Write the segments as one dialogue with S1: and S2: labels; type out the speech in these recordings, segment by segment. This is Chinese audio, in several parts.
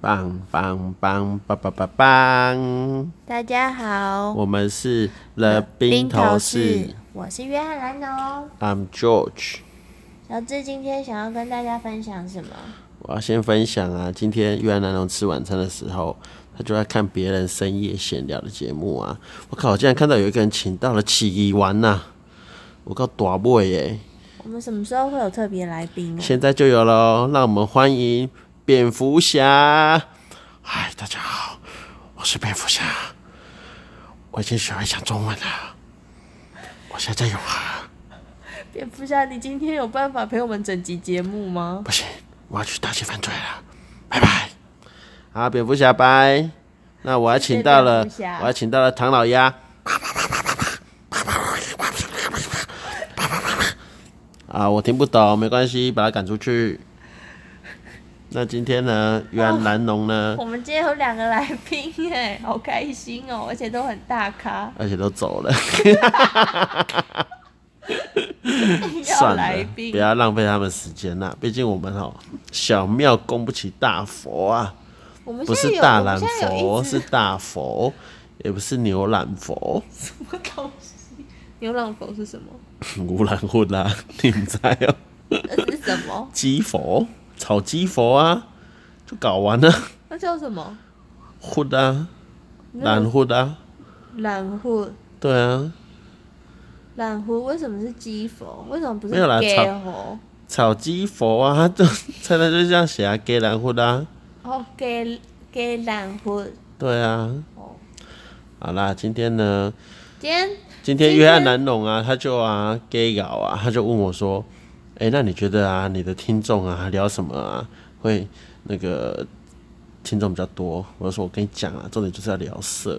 S1: 棒棒棒棒棒棒棒！
S2: 大家好，
S1: 我们是 The 冰头士，，
S2: 我是约翰兰农。
S1: I'm George。
S2: 小智今天想要跟大家分享什么？
S1: 我要先分享啊，今天越南男童吃晚餐的时候，他就在看别人深夜闲聊的节目啊。我靠，我竟然看到有一个人请到了起义丸呐、我靠，大妹耶！
S2: 我们什么时候会有特别来宾啊？
S1: 现在就有喽，让我们欢迎蝙蝠侠。嗨，大家好，我是蝙蝠侠，我已经学会讲中文了，我现在有啊，
S2: 蝙蝠侠，啊你今天有办法陪我们整集节目吗？
S1: 不行，我要去打击犯罪了，拜拜。好，啊蝙蝠侠拜。那我还请到了
S2: 谢谢蝙蝠侠，
S1: 我还请到了唐老鸭。啊，我听不懂，没关系，把他赶出去。那今天呢，原南农呢，
S2: 我们今天有两个来宾哎，好开心哦，而且都很大咖，
S1: 而且都走 了，
S2: 要
S1: 嗯算
S2: 来
S1: 了，
S2: 宾
S1: 不。要浪费他们时间啦。毕竟我们哦，小庙供不起大佛啊，
S2: 我们
S1: 不
S2: 现在
S1: 是
S2: 有，
S1: 大
S2: 我们
S1: 懒
S2: 现在有
S1: 佛，
S2: 一只
S1: 是大佛，也不是牛懒佛，
S2: 什么东西？牛郎佛是什么？
S1: 无懒 混啦、你们猜哦，
S2: 那是什么？
S1: 鸡佛，炒鸡佛啊，就搞完了，
S2: 那叫什么？
S1: 混啊，懒混啊，
S2: 懒虎。
S1: 对啊，
S2: 懒狐为什么是鸡佛？为什么不是
S1: 没有啦
S2: gay
S1: 草
S2: 猴？
S1: 炒鸡佛啊， 就菜单就是这样写啊，给懒混啊，
S2: 哦，gay gay 懒狐。
S1: 对啊，
S2: 哦，
S1: 好啦，今天呢。
S2: 今天
S1: 今天
S2: 今天
S1: 约翰南农啊，他就啊 gay 搞啊，他就问我说：“哎、那你觉得啊，你的听众啊聊什么啊，会那个听众比较多？”我就说：“我跟你讲啊，重点就是要聊色。”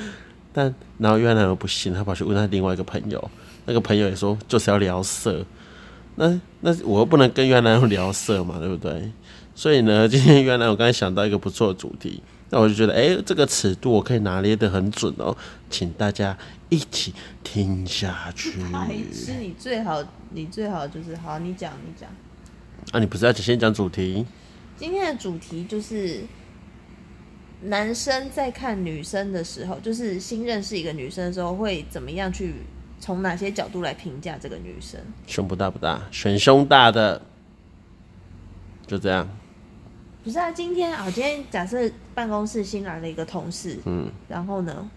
S1: 但然后约翰南农不信，他跑去问他另外一个朋友，那个朋友也说就是要聊色。那那我又不能跟约翰南农聊色嘛，对不对？所以呢，今天原来我刚才想到一个不错的主题，那我就觉得，哎、这个尺度我可以拿捏得很准哦，请大家一起听下去。
S2: 白痴，你最好你最好就是好，你讲你讲。
S1: 啊，你不是要先讲主题？
S2: 今天的主题就是男生在看女生的时候，就是新认识一个女生的时候，会怎么样去从哪些角度来评价这个女生？
S1: 胸部大不大？选胸大的，就这样。
S2: 不是啊，今天啊，今天假设办公室新来了一个同事，嗯，然后呢，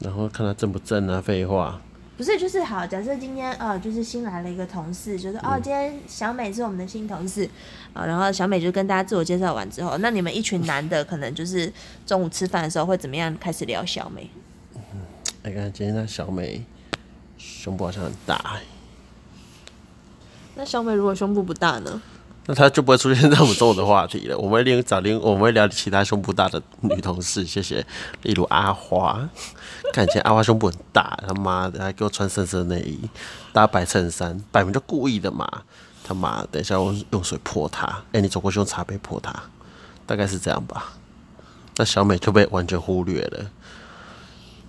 S1: 然后看他正不正啊？废话，
S2: 不是，就是好。假设今天呃，就是新来了一个同事，就是哦，今天小美是我们的新同事啊、然后小美就跟大家自我介绍完之后，那你们一群男的可能就是中午吃饭的时候会怎么样开始聊小美？
S1: 哎、看今天那小美胸部好像很大、哎
S2: 那小美如果胸部不大呢？
S1: 那她就不会出现在我们中午的话题了。我们会另找另，我们会聊其他胸部大的女同事，谢谢。例如阿花，看以前阿花胸部很大，他妈的还给我穿深色内衣，搭白衬衫，摆明就故意的嘛。他妈的，等一下我用水泼她，哎、你走过去用茶杯泼她，大概是这样吧。那小美就被完全忽略了。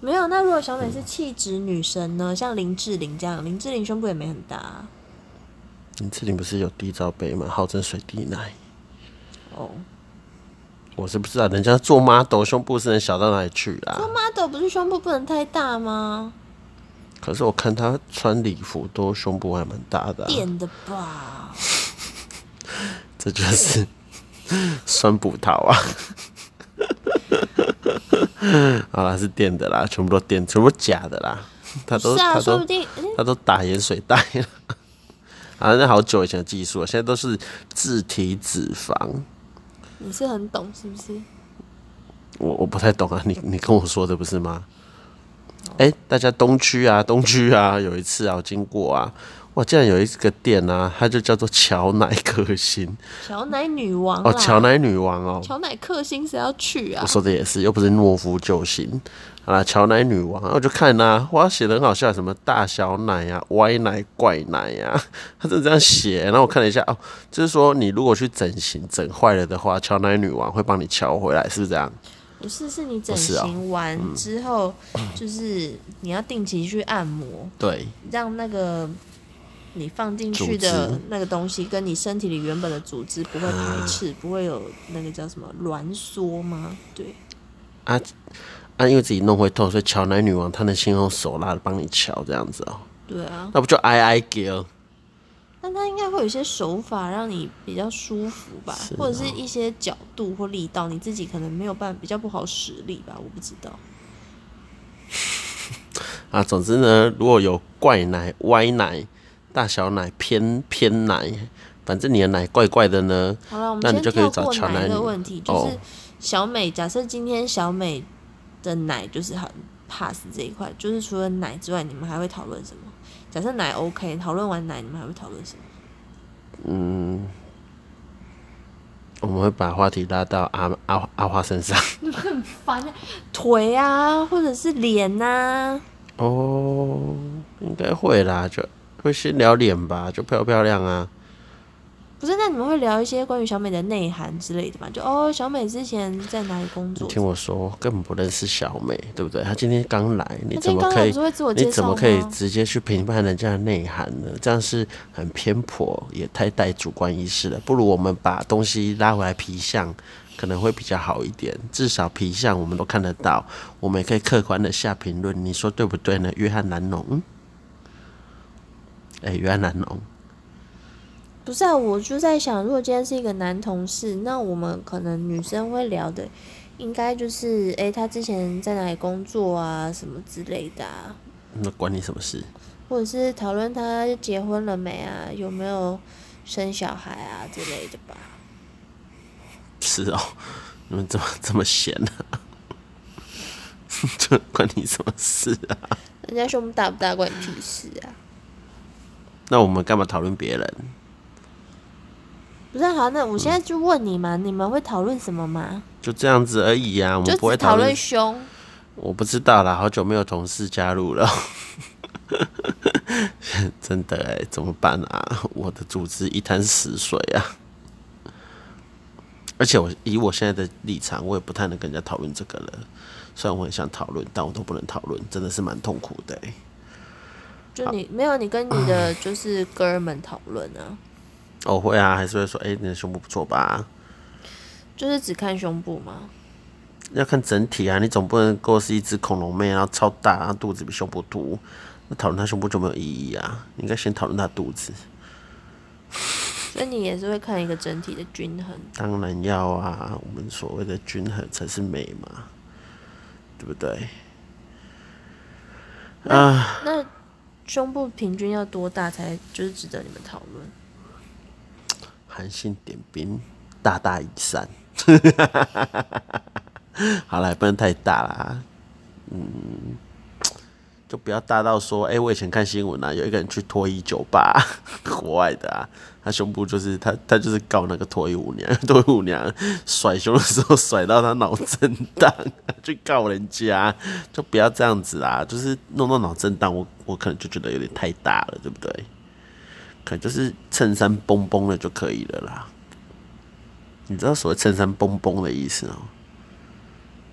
S2: 没有。那如果小美是气质女神呢？像林志玲这样，林志玲胸部也没很大、啊、
S1: 林志玲不是有低罩杯吗？号称水滴奶，
S2: 哦。
S1: 我是不知道，人家做 model 胸部是能小到哪里去啦。
S2: 那 model 不是胸部不能太大吗？
S1: 可是我看她穿礼服都胸部还蛮大的啊、
S2: 垫的吧。
S1: 这就是 酸葡萄啊。 好啦，是垫的啦，全部都垫，全部假的啦。他都
S2: 是啊，
S1: 他
S2: 说不
S1: 都
S2: 定。嗯
S1: 他都打盐水袋了。 啊，那好久以前的技术了，现在都是自体脂肪。
S2: 你是很懂是不是？
S1: 我我不太懂啊，你你跟我说的不是吗？哎、大家东区啊，东区啊，有一次啊，我经过啊，哇，竟然有一个店啊，它就叫做乔奶克星
S2: 小奶女王
S1: 哦，
S2: 啦
S1: 乔奶女王哦，
S2: 乔乃克星谁要去啊
S1: 我？说的也是，又不是懦夫救星。好啦，乔奶女王，然后啊我就看呐、哇，写的很好笑，什么大小奶呀、歪奶、怪奶呀、他真的这样写。然后我看了一下，哦，就是说你如果去整形整坏了的话，乔奶女王会帮你乔回来，是不是这样？
S2: 不是，是你整
S1: 不是啊
S2: 形完之后，就是你要定期去按摩，
S1: 对，
S2: 让那个你放进去
S1: 组
S2: 的
S1: 织
S2: 那个东西跟你身体里原本的组织不会排斥，
S1: 啊
S2: 不会有那个叫什么挛缩吗？对，
S1: 啊，因为自己弄会痛，所以乔奶女王她能心狠手辣的帮你瞧这样子哦、
S2: 对啊。
S1: 那不就 I I girl？
S2: 但它应该会有一些手法让你比较舒服吧，
S1: 是啊
S2: 或者是一些角度或力道，你自己可能没有办比较不好使力吧，我不知道。
S1: 啊，总之呢，如果有怪奶、歪奶、大小奶、偏偏奶，反正你的奶怪怪的呢，
S2: 好了，我
S1: 那
S2: 们
S1: 你
S2: 先
S1: 就可以
S2: 跳
S1: 找
S2: 过
S1: 乔
S2: 奶
S1: 男
S2: 的
S1: 女
S2: 问题，就
S1: 哦
S2: 是小美，假设今天小美的奶就是很 pass 这一块，就是除了奶之外，你们还会讨论什么？假设奶 OK，讨论完奶，你们还会讨论什么？
S1: 我们会把话题拉到阿阿阿花身上。
S2: 很烦欸，腿啊，或者是脸啊呐、
S1: 哦，应该会啦，就会先聊脸吧，就漂不漂亮啊？
S2: 不是，那你们会聊一些关于小美的内涵之类的吗？就哦，小美之前在哪里工
S1: 你
S2: 作？
S1: 听我说，根本不认识小美，对不对？她今天刚来，你
S2: 那
S1: 怎
S2: 今天
S1: 么
S2: 刚
S1: 可
S2: 才
S1: 以
S2: 不是会自我
S1: 你
S2: 介
S1: 怎
S2: 绍
S1: 么可以
S2: 吗？
S1: 直接去评判人家的内涵呢？这样是很偏颇，也太带主观意识了。不如我们把东西拉回来皮相，可能会比较好一点。至少皮相我们都看得到，我们也可以客观的下评论。你说对不对呢？约翰南农，哎、约翰南农，
S2: 不是啊，我就在想，如果今天是一个男同事，那我们可能女生会聊的，应该就是诶、他之前在哪里工作啊，什么之类的、啊，
S1: 那管你什么事？
S2: 或者是讨论他结婚了没啊，有没有生小孩啊之类的吧。
S1: 是哦，你们怎么这么闲呢、啊？ 这关你什么事啊？
S2: 人家胸部大不大关你屁事啊？
S1: 那我们干嘛讨论别人？
S2: 不是啊好，那
S1: 嗯
S2: 我现在就问你嘛，你们会讨论什么吗？
S1: 就这样子而已呀、啊，我
S2: 就
S1: 们不
S2: 只
S1: 会
S2: 讨
S1: 讨
S2: 论
S1: 论
S2: 胸，
S1: 我不知道啦，好久没有同事加入了， 真的哎、怎么办啊？我的组织一滩死水啊！而且我以我现在的立场，我也不太能跟人家讨论这个了。虽然我很想讨论，但我都不能讨论，真的是蛮痛苦的、欸。
S2: 就你没有你跟你 的就是哥们讨论啊，
S1: 我会啊，还是会说，哎、你的胸部不错吧？
S2: 就是只看胸部吗？
S1: 要看整体啊，你总不能给我是一只恐龙妹，然后超大，然后肚子比胸部凸，那讨论她胸部就没有意义啊。你应该先讨论她肚子。
S2: 所以你也是会看一个整体的均衡。
S1: 当然要啊，我们所谓的均衡才是美嘛，对不对？
S2: 那胸部平均要多大才就是值得你们讨论？
S1: 韩信点兵，大大益善。 好啦，也不能太大啦，嗯，就不要大到说，哎、我以前看新闻啊，有一个人去脱衣酒吧， 国外的啊，他胸部就是他，他就是告那个脱衣舞娘， 脱衣舞娘甩胸的时候 甩到他脑震荡， 去告人家，就不要这样子啦，就是弄到脑震荡，我我可能就觉得有点太大了，对不对？可能就是衬衫崩崩的就可以了啦。你知道所谓衬衫崩崩的意思哦、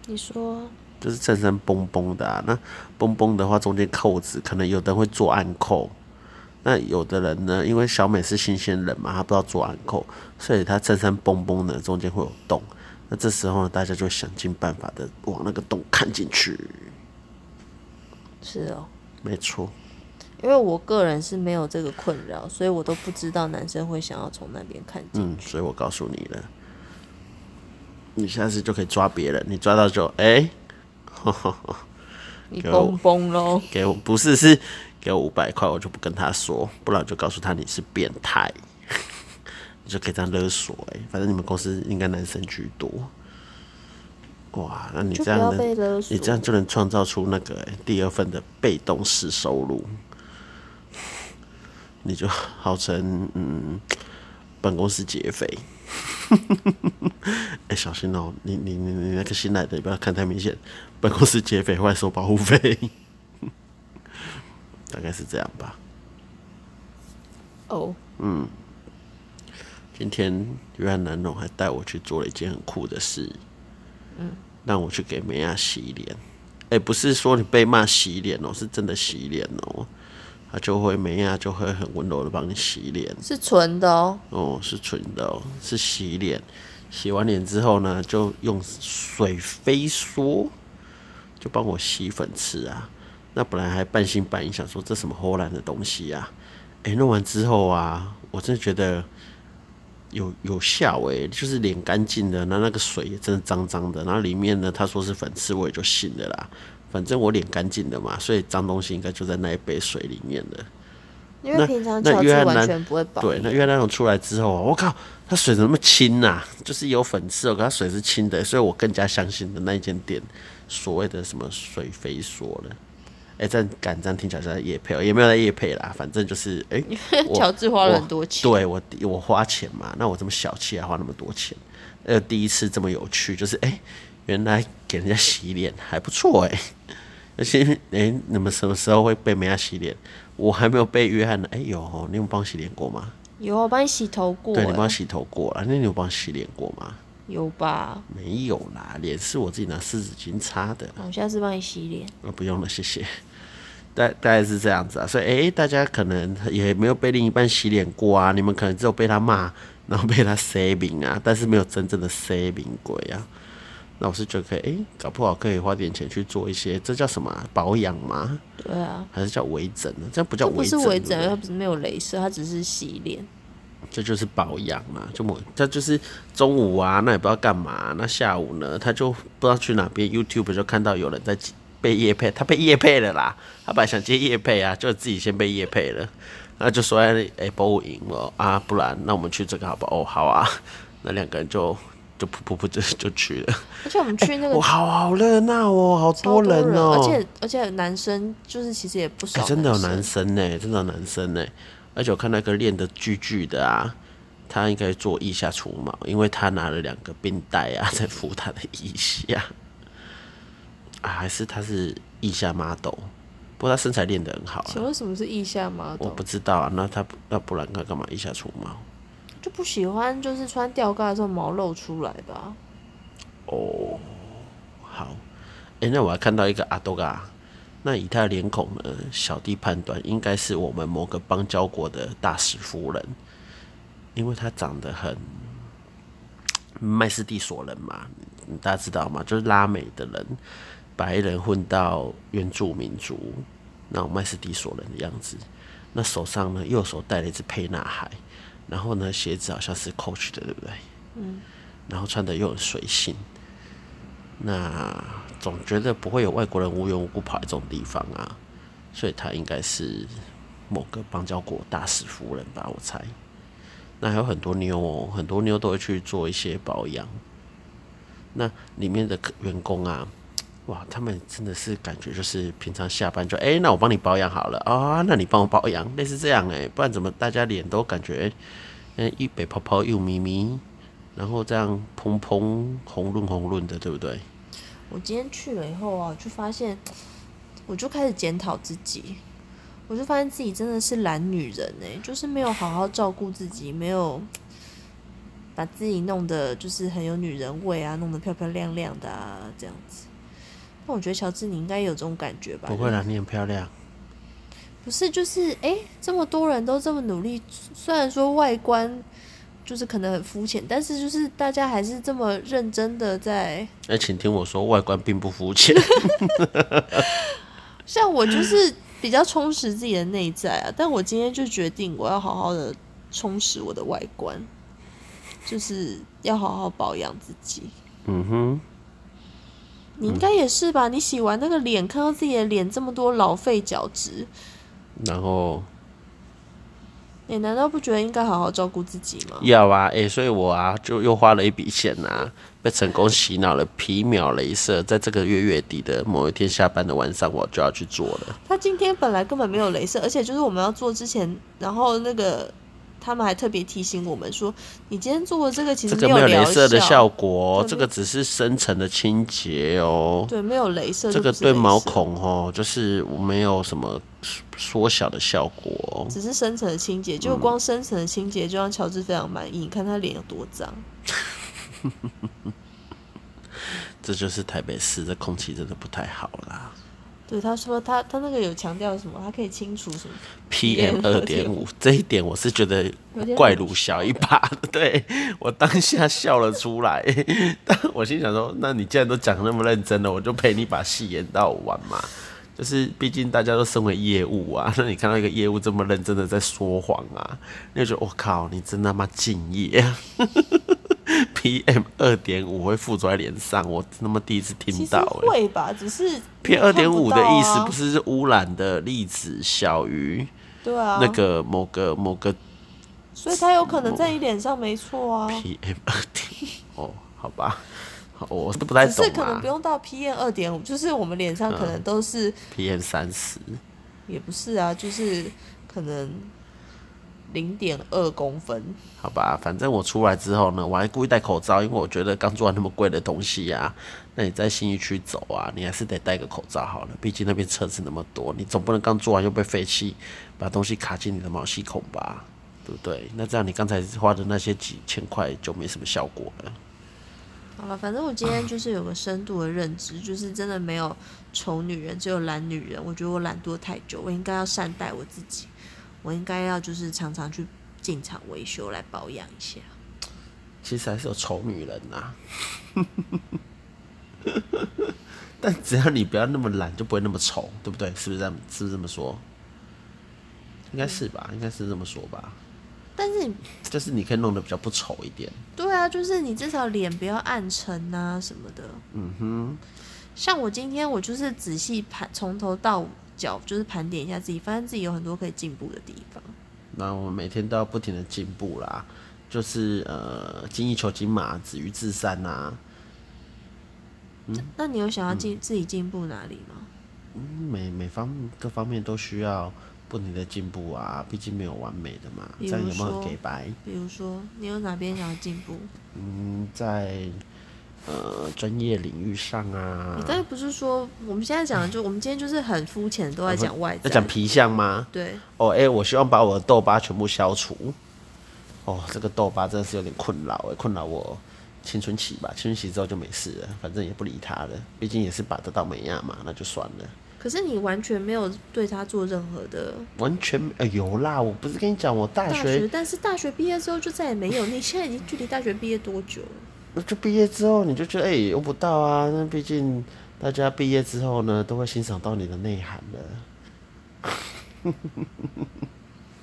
S2: 你说
S1: 就是衬衫崩崩的啊。那崩崩的话，中间扣子可能有的人会做暗扣，那有的人呢，因为小美是新鲜人嘛，她不知道做暗扣，所以她衬衫崩崩的中间会有洞。那这时候呢，大家就会想尽办法的往那个洞看进去。
S2: 是哦，
S1: 没错，
S2: 因为我个人是没有这个困扰，所以我都不知道男生会想要从那边看进。
S1: 嗯，所以我告诉你了，你下次就可以抓别人，你抓到就哎。
S2: 你
S1: 给
S2: 崩
S1: 我
S2: 崩喽！
S1: 给我不是是给我五百块，我就不跟他说，不然我就告诉他你是变态， 你就可以这样勒索哎、反正你们公司应该男生居多。哇，那你这
S2: 就不
S1: 样
S2: 要
S1: 能
S2: 被勒索
S1: 你这样就能创造出那个、欸、第二份的被动式收入， 你就号称嗯，本公司劫匪。 哎、小心哦、你你你你那个新来的，不要看太明显，本公司劫匪会来收保护费，大概是这样吧。
S2: 哦，
S1: 今天约翰南农还带我去做了一件很酷的事，嗯，让我去给梅亚洗脸。哎、不是说你被骂洗脸哦、是真的洗脸哦、他他就会美亚就会很温柔的帮你洗脸，
S2: 是纯的哦，
S1: 哦，是纯的哦，是洗脸。洗完脸之后呢，就用水飞梭，就帮我吸粉刺啊。那本来还半信半疑，想说这什么齁烂的东西啊。诶，弄完之后啊，我真的觉得有有效诶、就是脸干净的，那那个水也真的脏脏的。然后里面呢，他说是粉刺，我也就信了啦。反正我脸干净的嘛，所以脏东西应该就在那一杯水里面的。
S2: 因为
S1: 那
S2: 平常
S1: 那
S2: 乔治
S1: 约翰
S2: 完
S1: 南
S2: 全不会保
S1: 对，那月亮龙出来之后啊，我靠，它水怎么那么清呐、就是有粉刺哦，可它水是清的，所以我更加相信的那一间店所谓的什么水肥说了。哎、这样敢这样听起来是在夜配哦，也没有在夜配啦，反正就是哎，我
S2: 乔治花了
S1: 我
S2: 很多钱，
S1: 对我我花钱嘛，那我这么小气还花那么多钱，呃，第一次这么有趣，就是哎、原来给人家洗脸还不错哎、而且哎、你们什么时候会被人家洗脸？我还没有被约翰呢。哎、有哦，你有帮我洗脸过吗？
S2: 有啊我帮你洗头过
S1: 对你
S2: 欸，
S1: 帮我洗头过了，那你有帮我洗脸过吗？
S2: 有吧？
S1: 没有啦，脸是我自己拿湿纸巾擦的，
S2: 我下次帮你洗脸。
S1: 呃，不用了，谢谢。大大概是这样子啊，所以诶，大家可能也没有被另一半洗脸过啊，你们可能只有被他骂，然后被他 saving 啊，但是没有真正的 saving 鬼啊。那我是觉得可以，诶，搞不好可以花点钱去做一些，这叫什么啊、保养吗？
S2: 对啊，
S1: 还是叫微整呢？这样不叫
S2: 这不
S1: 微
S2: 是
S1: 整，对
S2: 微
S1: 不
S2: 整，
S1: 对
S2: 它不是没有镭射，它只是洗脸。
S1: 这就是保养嘛，就某他就是中午啊，那也不知道干嘛，那下午呢，他就不知道去哪边 YouTube 就看到有人在被夜配，他被夜配了啦，他本来想接夜配啊，就自己先被夜配了，那就说哎、欸、帮我赢了啊，不然那我们去这个好不好？哦，好啊，那两个人就就噗噗噗就就去了，
S2: 而且我们去那
S1: 我、
S2: 个
S1: 好好热闹哦，好
S2: 超
S1: 人
S2: 人
S1: 哦，
S2: 而且而且男生就是其实也不
S1: 哎、
S2: 少，
S1: 真的有男，生呢、真的有男生呢、而且我看那个练的巨巨的啊，他应该做腋下除毛，因为他拿了两个冰袋啊， 在敷他的腋下。啊，还是他是腋下 model，不过他身材练得很好、
S2: 请
S1: 啊。
S2: 问什么是腋下吗？
S1: 我不知道啊，那他那不然他干嘛腋下除毛？
S2: 就不喜欢就是穿吊带的时候毛露出来吧。
S1: 哦，好，哎、那我还看到一个阿多嘎，那以他的脸孔呢，小弟判断应该是我们某个邦交国的大使夫人，因为她长得很麦斯蒂索人嘛，你大家知道吗？就是拉美的人，白人混到原住民族那种麦斯蒂索人的样子，那手上呢，右手戴了一只沛纳海，然后呢，鞋子好像是 Coach 的，对不对？然后穿的又很随性，那总觉得不会有外国人无缘无故跑来这种地方啊，所以他应该是某个邦交国大使夫人吧，我猜。那还有很多妞哦，很多妞都会去做一些保养。那里面的客员工啊，哇，他们真的是感觉就是平常下班就哎、那我帮你保养好了啊、那你帮我保养，类似这样哎、不然怎么大家脸都感觉嗯一北泡泡又咪咪，然后这样砰砰红润红润的，对不对？
S2: 我今天去了以后啊，就发现，我就开始检讨自己，我就发现自己真的是懒女人哎、就是没有好好照顾自己，没有把自己弄得就是很有女人味啊，弄得漂漂亮亮的啊，这样子。那我觉得乔治你应该有这种感觉吧？
S1: 不会啦，你很漂亮。
S2: 不是，就是哎、诶这么多人都这么努力，虽然说外观就是可能很肤浅，但是就是大家还是这么认真的在。
S1: 哎，请听我说，外观并不肤浅。
S2: 像我就是比较充实自己的内在啊，但我今天就决定我要好好的充实我的外观，就是要好好保养自己。
S1: 嗯哼，
S2: 你应该也是吧？你洗完那个脸，看到自己的脸这么多老废角质，
S1: 然后
S2: 你难道不觉得应该好好照顾自己吗？
S1: 要啊，哎、所以我啊就又花了一笔钱呐、啊，被成功洗脑了皮秒镭射，在这个月月底的某一天下班的晚上，我就要去做了。
S2: 他今天本来根本没有镭射，而且就是我们要做之前，然后那个他们还特别提醒我们说，你今天做的这个其
S1: 这
S2: 实
S1: 个
S2: 没
S1: 没有
S2: 疗
S1: 镭射的效
S2: 效，
S1: 果哦，
S2: 对
S1: 这个只是深层的清洁哦。
S2: 对，没有镭射，
S1: 这个
S2: 就不是
S1: 对
S2: 镭
S1: 毛
S2: 射，
S1: 孔哦，就是没有什么缩小的效果哦。
S2: 只是深层的清
S1: 嗯
S2: 洁，就光深层的清洁就让乔治非常满意。你看他脸有多脏，
S1: 这就是台北市的空气真的不太好啦。
S2: 对，他说他他那个有强调什么，他可以清除什么，
S1: PM 二点五这一点，我是觉得
S2: 有点
S1: 怪鲁小一把， 对我当下笑了出来。但我心想说，那你既然都讲那么认真了，我就陪你把戏演到完嘛。就是毕竟大家都身为业务啊， 那你看到一个业务这么认真的在说谎啊，你就觉得我靠，你真他妈敬业啊 ！PM 二点五会附着在脸上，我他妈第一次
S2: 其
S1: 听
S2: 实
S1: 到、欸。
S2: 会吧，只是
S1: P
S2: 你
S1: 二
S2: 看
S1: 点
S2: 不
S1: 五
S2: 到
S1: 的意思
S2: 啊
S1: 不是污染的粒子小于
S2: 对啊，
S1: 那个某个某个
S2: 所以他有可能在你脸上没错啊，
S1: PM 二点哦，好吧，好我是不太
S2: 只
S1: 懂
S2: 是可能
S1: 啊嗯
S2: 不。用到 PM 二点五，就是我们脸上可能都是、
S1: PM 三十
S2: 也不是啊，就是可能零点二公分，
S1: 好吧，反正我出来之后呢，我还故意戴口罩，因为我觉得刚做完那么贵的东西呀、啊，那你在新一区走啊，你还是得戴个口罩好了，毕竟那边车子那么多，你总不能刚做完又被废弃，把东西卡进你的毛细孔吧，对不对？那这样你刚才花的那些几千块就没什么效果了。
S2: 好了，反正我今天就是有个深度的认知，就是真的没有丑女人，只有懒女人。我觉得我懒惰太久，我应该要善待我自己，我应该要就是常常去进厂维修来保养一下。
S1: 其实还是有丑女人呐、 但只要你不要那么懒，就不会那么丑，对不对？是不是这样？是不是这么说？应该是吧，应该是这么说吧。
S2: 但是你
S1: 就是你可以弄得比较不丑一点。
S2: 对啊，就是你至少脸不要暗沉啊什么的。嗯哼，像我今天我就是仔细盘从头到脚，就是盘点一下自己，发现自己有很多可以进步的地方。
S1: 那我们每天都要不停的进步啦，就是呃，精益求精嘛，止于至善啊呐、
S2: 那你有想要进、自己进步哪里吗？
S1: 嗯每每方各方面都需要不停的进步啊，毕竟没有完美的嘛。
S2: 比
S1: 这
S2: 如
S1: 样有没有
S2: 说
S1: 很给白？
S2: 比如说，你有哪边想要进步？
S1: 嗯，在呃专业领域上啊，
S2: 你刚才不是说我们现在讲
S1: 嗯
S2: 的就我们今天就是很肤浅，都在讲外
S1: 要
S2: 在，
S1: 讲皮相吗？
S2: 对，
S1: 哦，哎、我希望把我的痘疤全部消除。哦，这个痘疤真的是有点困扰，哎，困扰我青春期吧。青春期之后就没事了，反正也不理他了，毕竟也是把得到美亚嘛，那就算了。
S2: 可是你完全没有对他做任何的
S1: 完全没呃有啦，我不是跟你讲，我大
S2: 大
S1: 学
S2: 学，但是大学毕业之后就再也没有。你现在已经距离大学毕业多久了？
S1: 就毕业之后你就觉得哎、用不到啊，那毕竟大家毕业之后呢，都会欣赏到你的内涵的。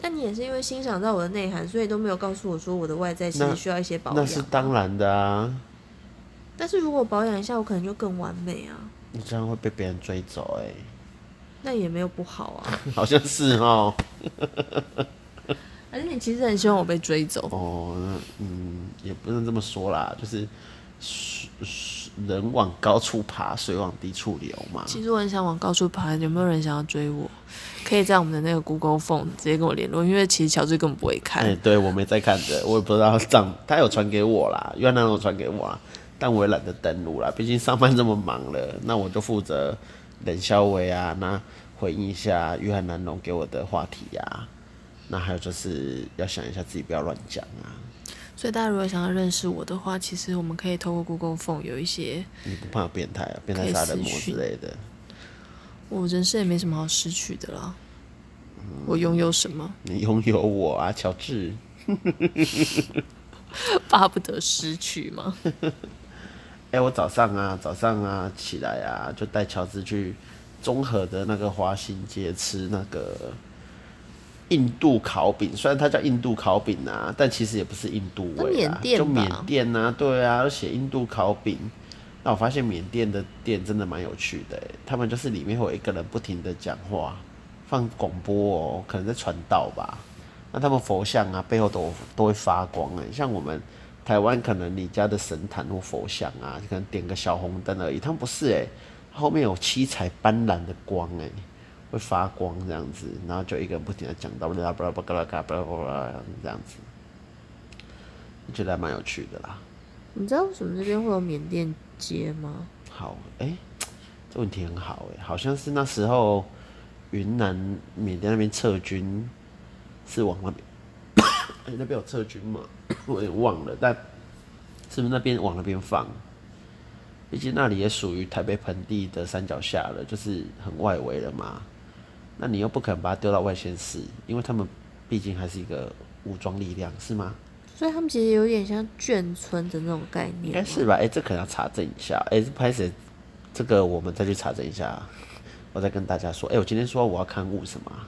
S2: 那你也是因为欣赏到我的内涵，所以都没有告诉我说我的外在其实
S1: 那
S2: 需要一些保
S1: 那是
S2: 养。啊
S1: 当然的啊，
S2: 但是如果保养一下，我可能就更完美啊，
S1: 你这样会被别人追走哎、
S2: 那也没有不好啊。
S1: 好像是哦。
S2: 而且你其实很希望我被追走，
S1: 哦，那嗯，也不能这么说啦，就是水水人往高处爬，水往低处流嘛。
S2: 其实我很想往高处爬，有没有人想要追我？可以在我们的那个 Google Phone 直接跟我联络，因为其实乔治根本不会看
S1: 哎、。对我没在看的，我也不知道账，他有传给我啦，越南有传给我啦，但我也懒得登录啦，毕竟上班这么忙了，那我就负责冷肖维啊，那回应一下约翰南龙给我的话题啊，那还有就是要想一下自己不要乱讲啊，
S2: 所以大家如果想要认识我的话，其实我们可以透过 Google Phone 有一些，
S1: 你不怕变态啊，变态
S2: 可以
S1: 杀人
S2: 私
S1: 魔之
S2: 讯
S1: 类的。
S2: 我人生也没什么好失去的啦。
S1: 嗯
S2: 我拥有什么，
S1: 你拥有我啊，乔治。
S2: 巴不得失去吗？
S1: 哎、我早上啊，早上啊，起来啊，就带乔治去中和的那个华新街吃那个印度烤饼。虽然它叫印度烤饼啊，但其实也不是印度
S2: 那
S1: 味
S2: 缅
S1: 啊，
S2: 甸
S1: 就
S2: 吧
S1: 缅甸啊，对啊，写印度烤饼。那我发现缅甸的店真的蛮有趣的欸，他们就是里面会有一个人不停的讲话，放广播哦，可能在传道吧。那他们佛像啊，背后都有都会发光哎、像我们台湾可能你家的神坛或佛像啊，可能点个小红灯而已，他们不是哎、它后面有七彩斑斓的光哎、会发光这样子，然后就一个人不停的讲到巴拉巴拉巴拉巴拉巴拉巴拉这样子，我觉得还蛮有趣的啦。
S2: 你知道为什么这边会有缅甸街吗？
S1: 好，哎、这问题很好哎、好像是那时候云南缅甸那边撤军，是往那边，哎、那边有 撤军吗？我也忘了，但是不是那边往那边放？毕竟那里也属于台北盆地的山脚下了，就是很外围了嘛。那你又不可能把它丢到外县市，因为他们毕竟还是一个武装力量，是吗？
S2: 所以他们其实有点像眷村的那种概念，
S1: 应该是吧？哎、这可能要查证一下。哎、这拍谁？这个我们再去查证一下。我再跟大家说，哎、我今天说我要看物什么啊？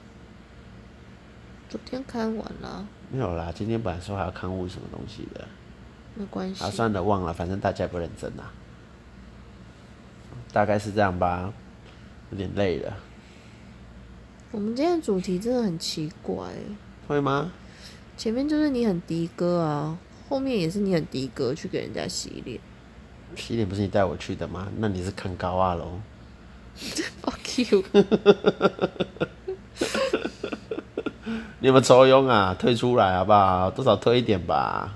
S2: 昨天看完了，
S1: 没有啦，今天本来说还要看物什么东西的。
S2: 没关系
S1: 啊，。算了，忘了，反正大家也不认真啦。大概是这样吧，有点累了，
S2: 我们今天的主题真的很奇怪耶，
S1: 会吗？
S2: 前面就是你很的哥啊，后面也是你很的哥去给人家洗脸。
S1: 洗脸不是你带我去的吗？那你是看高啊喽？
S2: Fuck you！
S1: 你们抽佣啊，退出来好不好？多少退一点吧，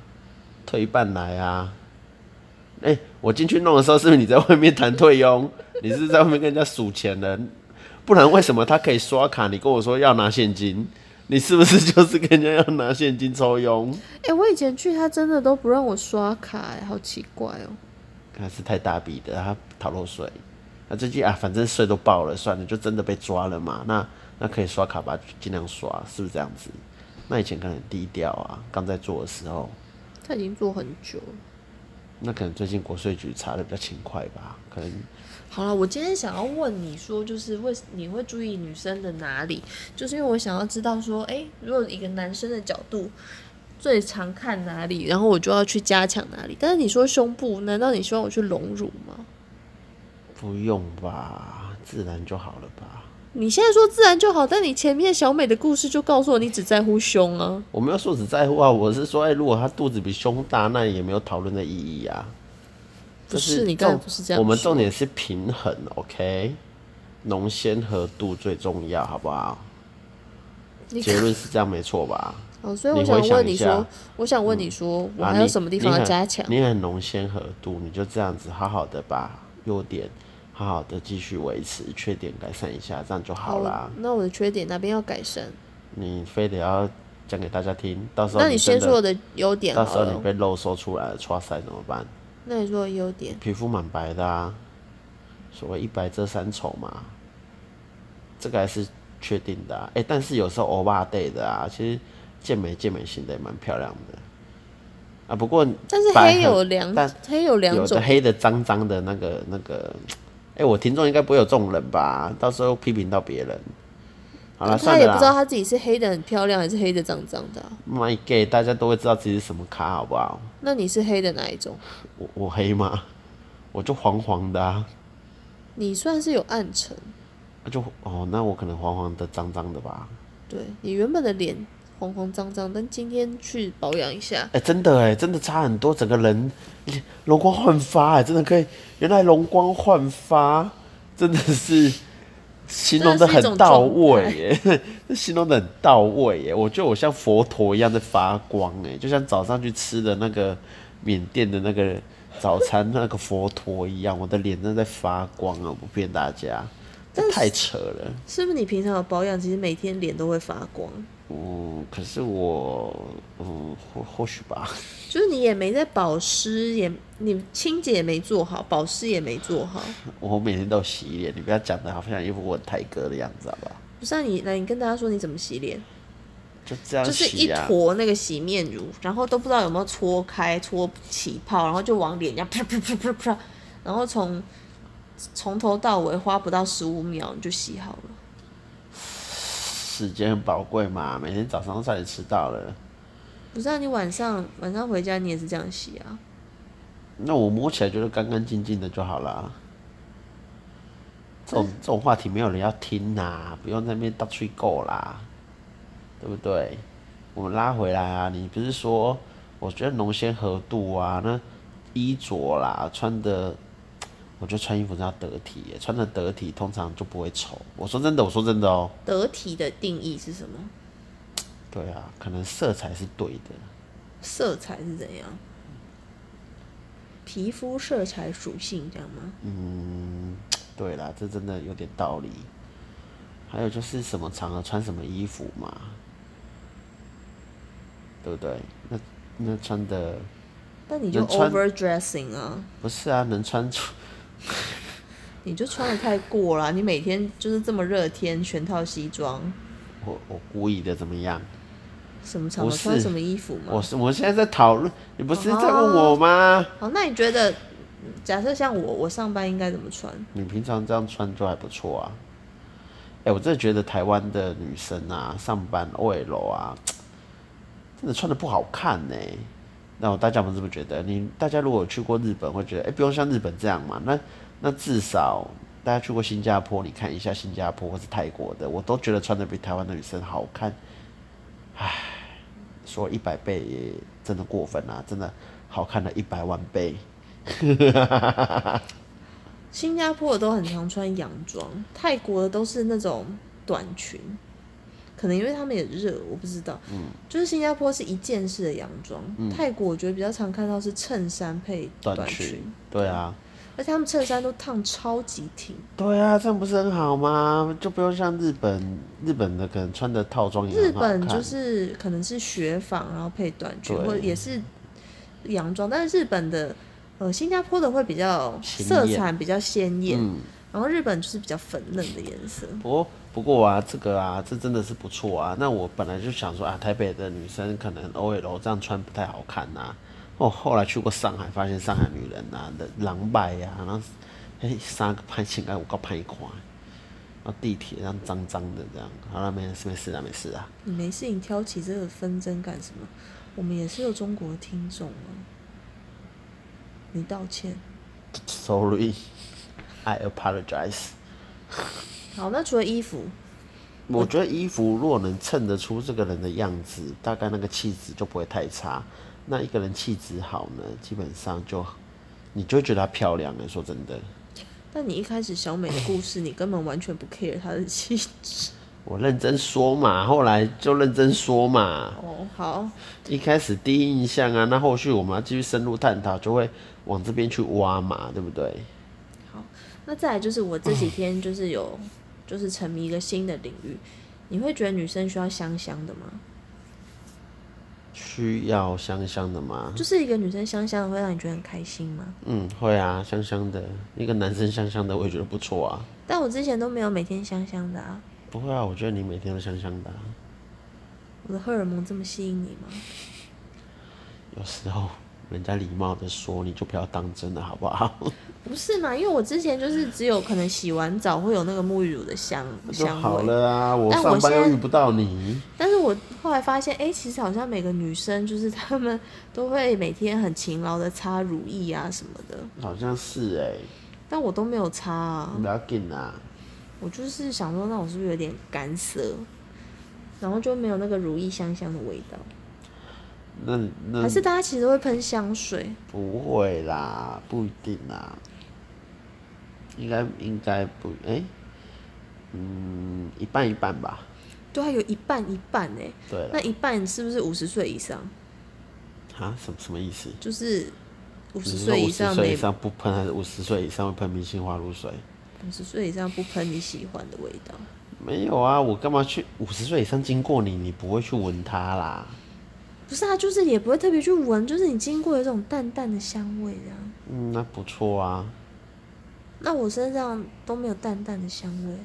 S1: 退一半来啊。哎、我进去弄的时候，是不是你在外面谈退佣？ 你是不是在外面跟人家数钱的？不然为什么他可以刷卡？你跟我说要拿现金，你是不是就是跟人家要拿现金抽佣？
S2: 哎、我以前去他真的都不让我刷卡耶，好奇怪哦、
S1: 还是太大笔的，他逃漏税。那最近啊，反正税都报了，算了，就真的被抓了嘛。那那可以刷卡吧，尽量刷，是不是这样子？那以前可能很低调啊，刚在做的时候，
S2: 他已经做很久了。
S1: 那可能最近国税局查的比较勤快吧，可能
S2: 好了，我今天想要问你说，就是为你会注意女生的哪里？就是因为我想要知道说，哎、如果一个男生的角度最常看哪里，然后我就要去加强哪里。但是你说胸部，难道你希望我去隆乳吗？
S1: 不用吧，自然就好了吧。
S2: 你现在说自然就好，但你前面小美的故事就告诉我，你只在乎胸啊。
S1: 我没有说只在乎啊，我是说，哎、如果他肚子比胸大，那也没有讨论的意义啊。
S2: 不
S1: 就是
S2: 你刚才
S1: 重
S2: 不是这样
S1: 我们
S2: 说
S1: 重点是平衡，OK？浓鲜和度最重要，好不好？
S2: 你
S1: 结论是这样没错吧？
S2: 哦，所以我
S1: 你回
S2: 想问
S1: 想
S2: 你
S1: 一
S2: 说，
S1: 下
S2: 我想问你说，我
S1: 啊
S2: 还有
S1: 你
S2: 什么地
S1: 你
S2: 方要
S1: 很
S2: 加强？
S1: 你很浓鲜和度，你就这样子好好的把优点好好的继续维持，缺点改善一下，这样就好啦。
S2: 哦那我的缺点哪边要改善？
S1: 你非得要讲给大家听，到时候
S2: 那你
S1: 真
S2: 先
S1: 的
S2: 说我的优点
S1: 到时
S2: 好
S1: 候你
S2: 了。
S1: 被肉搜出来了，刷腮怎么办？
S2: 那你说我的优点，
S1: 皮肤蛮白的啊，所谓一白遮三丑嘛，这个还是确定的、啊。哎、但是有时候欧巴 day 的啊，其实健美健美型的也蛮漂亮的啊。不过
S2: 但是
S1: 白很
S2: 黑有两
S1: 但，
S2: 黑有两
S1: 有
S2: 种
S1: 的，黑的脏脏的那个那个，哎、我听众应该不会有这种人吧？到时候批评到别人，好了，
S2: 他
S1: 算
S2: 也
S1: 了
S2: 不知道
S1: 啦。
S2: 他自己是黑的很漂亮，还是黑的脏脏的啊、
S1: My gay，大家都会知道自己是什么咖，好不好？
S2: 那你是黑的哪一种？
S1: 我我黑吗？ 我就黄黄的啊，
S2: 你算是有暗沉，
S1: 就哦，那我可能黄黄的、脏脏的吧。
S2: 对你原本的脸黄黄脏脏，但今天去保养一下，
S1: 哎、真的哎，真的差很多，整个人哎容光焕发哎，真的可以，原来容光焕发真的 是形容的
S2: 真的是一
S1: 很
S2: 种
S1: 到
S2: 状态
S1: 位耶， 这形容的很到位耶，我觉得我像佛陀一样在发光哎，就像早上去吃的那个缅甸的那个早餐那个佛陀一样，我的脸真的在发光啊，我不骗大家，这太扯了。
S2: 是不是你平常有保养，其实每天脸都会发光？
S1: 嗯，可是我嗯，或或许吧。
S2: 就是你也没在保湿，也你清洁也没做好，保湿也没做好。
S1: 我每天都有洗脸，你不要讲的好像一副我很台哥的样子，好不好？
S2: 不是、啊、你，来你跟大家说你怎么洗脸，
S1: 就这样
S2: 就是一
S1: 洗啊，
S2: 坨那个洗面乳，然后都不知道有没有搓开、搓起泡，然后就往脸这样啪啪啪啪啪，然后从从头到尾花不到十五秒你就洗好了。
S1: 时间很宝贵嘛，每天早上都差点迟到了。
S2: 不是、啊、你晚上晚上回家你也是这样洗啊？
S1: 那我摸起来觉得干干净净的就好啦。这种这种话题没有人要听呐、不用在那边到处够啦，对不对？我们拉回来啊，你不是说我觉得浓鲜合度啊，那衣着啦，穿的，我觉得穿衣服真的要得体耶，穿的得体通常就不会丑。我说真的，我说真的哦、
S2: 得体的定义是什么？
S1: 对啊，可能色彩是对的，
S2: 色彩是怎样？皮肤色彩属性这样吗？
S1: 对啦，这真的有点道理。还有就是什么场合穿什么衣服嘛，对不对？那那穿的
S2: 但你就
S1: 能穿
S2: overdressing 啊，
S1: 不是啊，能穿出
S2: 你就穿的太过了，你每天就是这么热天，全套西装，
S1: 我我故意的怎么样？
S2: 什么场合
S1: 不是
S2: 穿什么衣服
S1: 我
S2: 嘛？
S1: 是我现在在讨论，你不是在问我吗？
S2: 好，那你觉得，假设像我，我上班应该怎么穿？
S1: 你平常这样穿就还不错啊。哎、我真的觉得台湾的女生啊，上班 OL 啊，真的穿的不好看呢、那我大家们是不是觉得？你大家如果有去过日本，会觉得哎、不用像日本这样嘛。那那至少大家去过新加坡，你看一下新加坡或是泰国的，我都觉得穿的比台湾的女生好看。唉，说一百倍也真的过分啊，真的好看了一百万倍。
S2: 新加坡的都很常穿洋装，泰国的都是那种短裙，可能因为他们也热，我不知道。嗯，就是新加坡是一件式的洋装，泰国我觉得比较常看到是衬衫配
S1: 嗯短
S2: 短
S1: 裙，对啊。
S2: 而且他们衬衫都烫超级挺。
S1: 对啊，这样不是很好吗？就不用像日本，日本的可能穿的套装也
S2: 日
S1: 很好看
S2: 本就是可能是雪纺，然后配短裙，
S1: 对
S2: 或者也是洋装，但是日本的呃新加坡的会比较呃
S1: 鲜
S2: 色
S1: 艳
S2: 彩比较鲜艳，
S1: 嗯
S2: 然后日本就是比较粉嫩的颜色。
S1: 不过不过啊，这个啊，这真的是不错啊。那我本来就想说啊，台北的女生可能 OL 这样穿不太好看呐、哦，后来去过上海，发现上海女人呐、的狼狈呀、然后哎三个拍情感，五个拍款，然后地铁这样脏脏的这样。好了，没事没事啊，没事啊。
S2: 你没事，你挑起这个纷争干什么？我们也是有中国听众啊，你道歉。
S1: Sorry，I apologize。
S2: 好，那除了衣服，
S1: 我觉得衣服若能衬得出这个人的样子，大概那个气质就不会太差。那一个人气质好呢，基本上就你就会觉得她漂亮了。说真的，
S2: 但你一开始小美的故事，你根本完全不 care 她的气质。
S1: 我认真说嘛，后来就认真说嘛。
S2: 哦，好，
S1: 一开始第一印象啊，那后续我们要继续深入探讨，就会往这边去挖嘛，对不对？
S2: 那再来就是我这几天就是有就是沉迷一个新的领域，你会觉得女生需要香香的吗？
S1: 需要香香的吗？
S2: 就是一个女生香香的会让你觉得很开心吗？
S1: 嗯，会啊，香香的。一个男生香香的，我也觉得不错啊。
S2: 但我之前都没有每天香香的啊，
S1: 不会啊，我觉得你每天都香香的啊、
S2: 我的荷尔蒙这么吸引你吗？
S1: 有时候人家礼貌的说，你就不要当真了，好不 好？
S2: 不是嘛？因为我之前就是只有可能洗完澡会有那个沐浴乳的香
S1: 就
S2: 香
S1: 好
S2: 味，
S1: 了啊，我
S2: 但我
S1: 上班又
S2: 现
S1: 遇
S2: 在
S1: 不到你，
S2: 但是我后来发现，哎、其实好像每个女生就是她们都会每天很勤劳的擦乳液啊什么的，
S1: 好像是哎、
S2: 但我都没有擦啊。
S1: 不要紧啊。
S2: 我就是想说，那我是不是有点干涩，然后就没有那个如意香香的味道？
S1: 那那
S2: 还是大家其实会喷香水？
S1: 不会啦，不一定啦，应该应该不哎、嗯，一半一半吧。
S2: 对啊，有一半一半哎、
S1: 对了
S2: 那，一半是不是五十岁以上？
S1: 啊，什么什么意思？
S2: 就是五
S1: 你是
S2: 十岁以
S1: 五十
S2: 上
S1: 岁以
S2: 没
S1: 上不喷，还是五十岁以上会喷明星花露水？
S2: 五十岁以上不喷你喜欢的味道，
S1: 没有啊，我干嘛去五十岁以上经过你，你不会去闻它啦？
S2: 不是啊，就是也不会特别去闻，就是你经过有一种淡淡的香味这样。
S1: 嗯，那不错啊。
S2: 那我身上都没有淡淡的香味，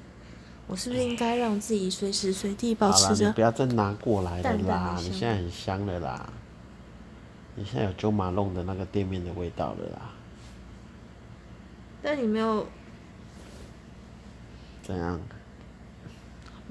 S2: 我是不是应该让自己随时随地保
S1: 好啦，
S2: 持
S1: 你
S2: 着
S1: 不？要再拿过来了啦，
S2: 淡淡的香
S1: 你现在很香了啦，你现在有九马弄的那个店面的味道了啦，
S2: 但你没有，
S1: 怎样？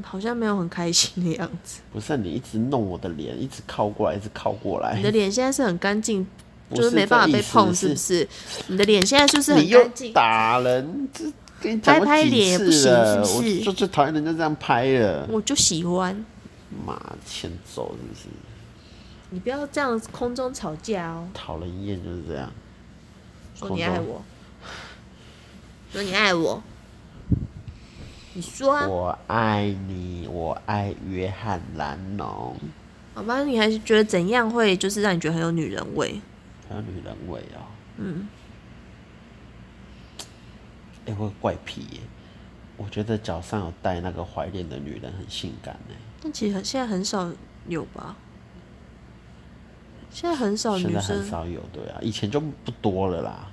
S2: 好像没有很开心的样子。
S1: 不是你一直弄我的脸，一直靠过来，一直靠过来
S2: 你，的脸现在是很干净，
S1: 不
S2: 就是
S1: 是
S2: 没办法
S1: 这
S2: 被
S1: 意思
S2: 碰，是
S1: 是
S2: 不是？你的脸现在就是很
S1: 你又
S2: 干净。
S1: 打人，这跟你讲过
S2: 拍拍
S1: 几
S2: 脸不
S1: 次
S2: 行
S1: 了，
S2: 是不是
S1: 我就最讨厌人家这样拍了，
S2: 我就喜欢
S1: 妈欠揍是不是？
S2: 你，不要这样空中吵架哦。
S1: 讨人厌就是这样，
S2: 说
S1: 空
S2: 你
S1: 中
S2: 爱我，说你爱我，你说啊，
S1: 我爱你，我爱约翰兰农，
S2: 好吧？你还是觉得怎样会就是让你觉得很有女人味？
S1: 还有女人味哦、
S2: 嗯
S1: 哎、我有怪癖耶！我觉得脚上有戴那个怀链的女人很性感哎，
S2: 但其实很现在很少有吧？现在很少
S1: 现
S2: 女
S1: 在很
S2: 生，
S1: 少有对啊，以前就不多了啦。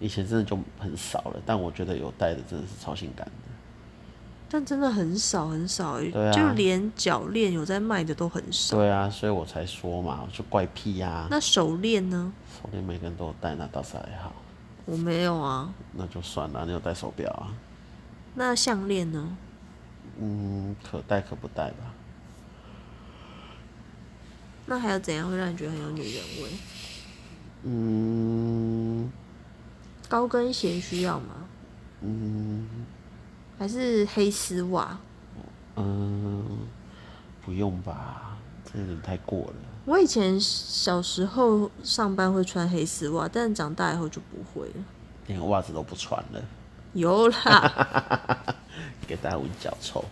S1: 以前真的就很少了，但我觉得有戴的真的是超性感的。
S2: 但真的很少很少欸，
S1: 对啊
S2: 就连脚链有在卖的都很少。
S1: 对啊，所以我才说嘛，就怪癖呀、
S2: 那手链呢？
S1: 手链每个人都有戴，那倒是还好，
S2: 我没有啊。
S1: 那就算了。你有戴手表啊？
S2: 那项链呢？
S1: 嗯，可戴可不戴吧。
S2: 那还有怎样会让你觉得很有女人味？
S1: 嗯，
S2: 高跟鞋需要吗？
S1: 嗯
S2: 还是黑丝袜？
S1: 嗯，不用吧，这有点太过了。
S2: 我以前小时候上班会穿黑丝袜，但长大以后就不会了。
S1: 连袜子都不穿了，
S2: 有啦，
S1: 给大家闻脚臭。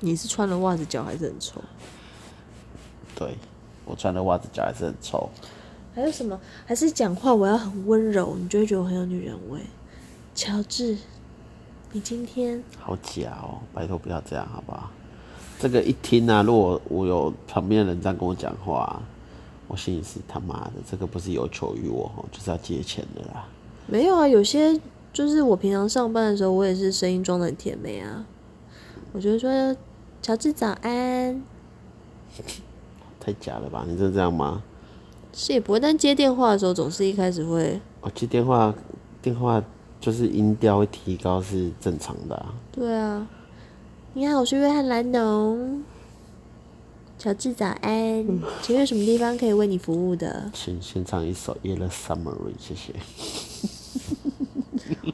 S2: 你是穿了袜子脚还是很臭？
S1: 对，我穿的袜子脚还是很臭。
S2: 还有什么？还是讲话我要很温柔，你就会觉得我很有女人味。乔治，你今天
S1: 好假哦！拜托不要这样，好不好？这个一听啊，如果我有旁边的人这样跟我讲话啊，我心里是他妈的，这个不是有求于我，哦就是要借钱的啦。
S2: 没有啊？有些就是我平常上班的时候，我也是声音装的很甜美啊。我觉得说，乔治早安
S1: 太假了吧？你真的这样吗？
S2: 是也不会，但接电话的时候总是一开始会，
S1: 我接哦电话，电话就是音调会提高是正常的、啊。
S2: 对啊。你好，我是约翰兰农。乔治早安，
S3: 嗯
S2: 请问有什么地方可以为你服务的
S1: 请先唱一首《Yellow Submarine》，谢谢。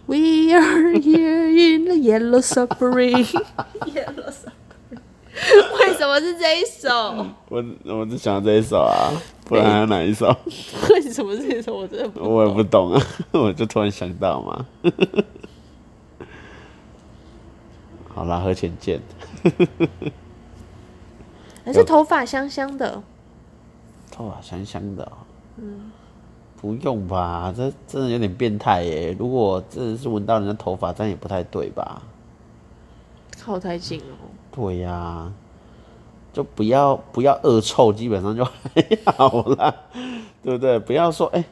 S2: ？We are here in the yellow submarine 。
S3: Yellow Submarine 嗯为什么是这一首？
S1: 我我只想到这一首啊，不然还有哪一首？
S3: 为什么是这一首？我真的不
S1: 我也不懂啊， 我就突然想到嘛。 好啦，和浅见。
S2: 还是头发香香的，
S1: 头发香香的、嗯，不用吧，这真的有点变态耶。如果真的是闻到人家头发，这样也不太对吧？
S2: 靠太近了。
S1: 对呀、就不要不要恶臭，基本上就还好啦，对不对？不要说哎、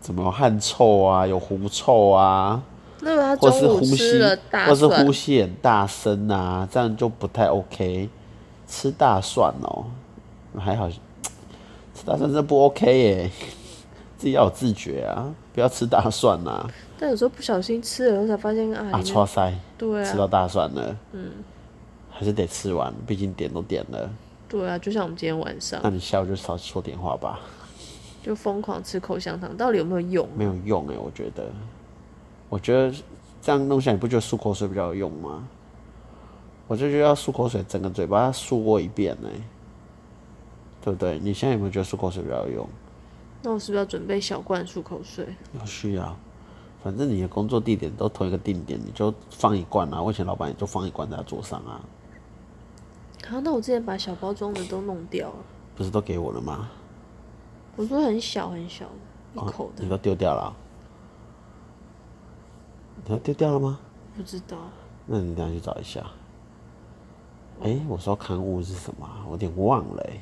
S1: 怎么有汗臭啊，有狐臭啊，
S2: 那如果 他
S1: 或是
S2: 中
S1: 呼
S2: 午吃
S1: 吸
S2: 了，大
S1: 或是
S2: 蒜
S1: 呼，吸很大声啊，这样就不太 OK。吃大蒜哦，还好，吃大蒜真的不 OK 耶，自己要有自觉啊，不要吃大蒜呐、
S2: 但有时候不小心吃了，然后才发现啊，
S1: 啊，
S2: 里面
S1: 超塞，
S2: 对
S1: 吃
S2: 啊，
S1: 到大蒜了，嗯，还是得吃完，毕竟点都点了，
S3: 对啊，就像我们今天晚上
S2: 嗯
S1: 那你下午就少说点话吧，
S3: 就疯狂吃口香糖，到底有没有用？
S1: 没有用哎，我觉得，我觉得这样弄下来，你不觉得漱口水比较有用吗？我就觉得要漱口水，整个嘴巴漱过一遍呢，对不对？你现在有没有觉得漱口水比较有用？
S3: 那我是不是要准备小罐漱口水？
S1: 有需要，反正你的工作地点都同一个定点，你就放一罐啊。我以前老板也就放一罐在他桌上啊，
S3: 啊，那我之前把小包装的都弄掉了。
S1: 不是都给我了吗？
S3: 我说很小很小的，一口的，
S1: 你都丢掉了啊、你都丢掉了吗？
S3: 不知道。
S1: 那你等一下去找一下。哎、我说刊物是什么啊？我有点忘了、欸。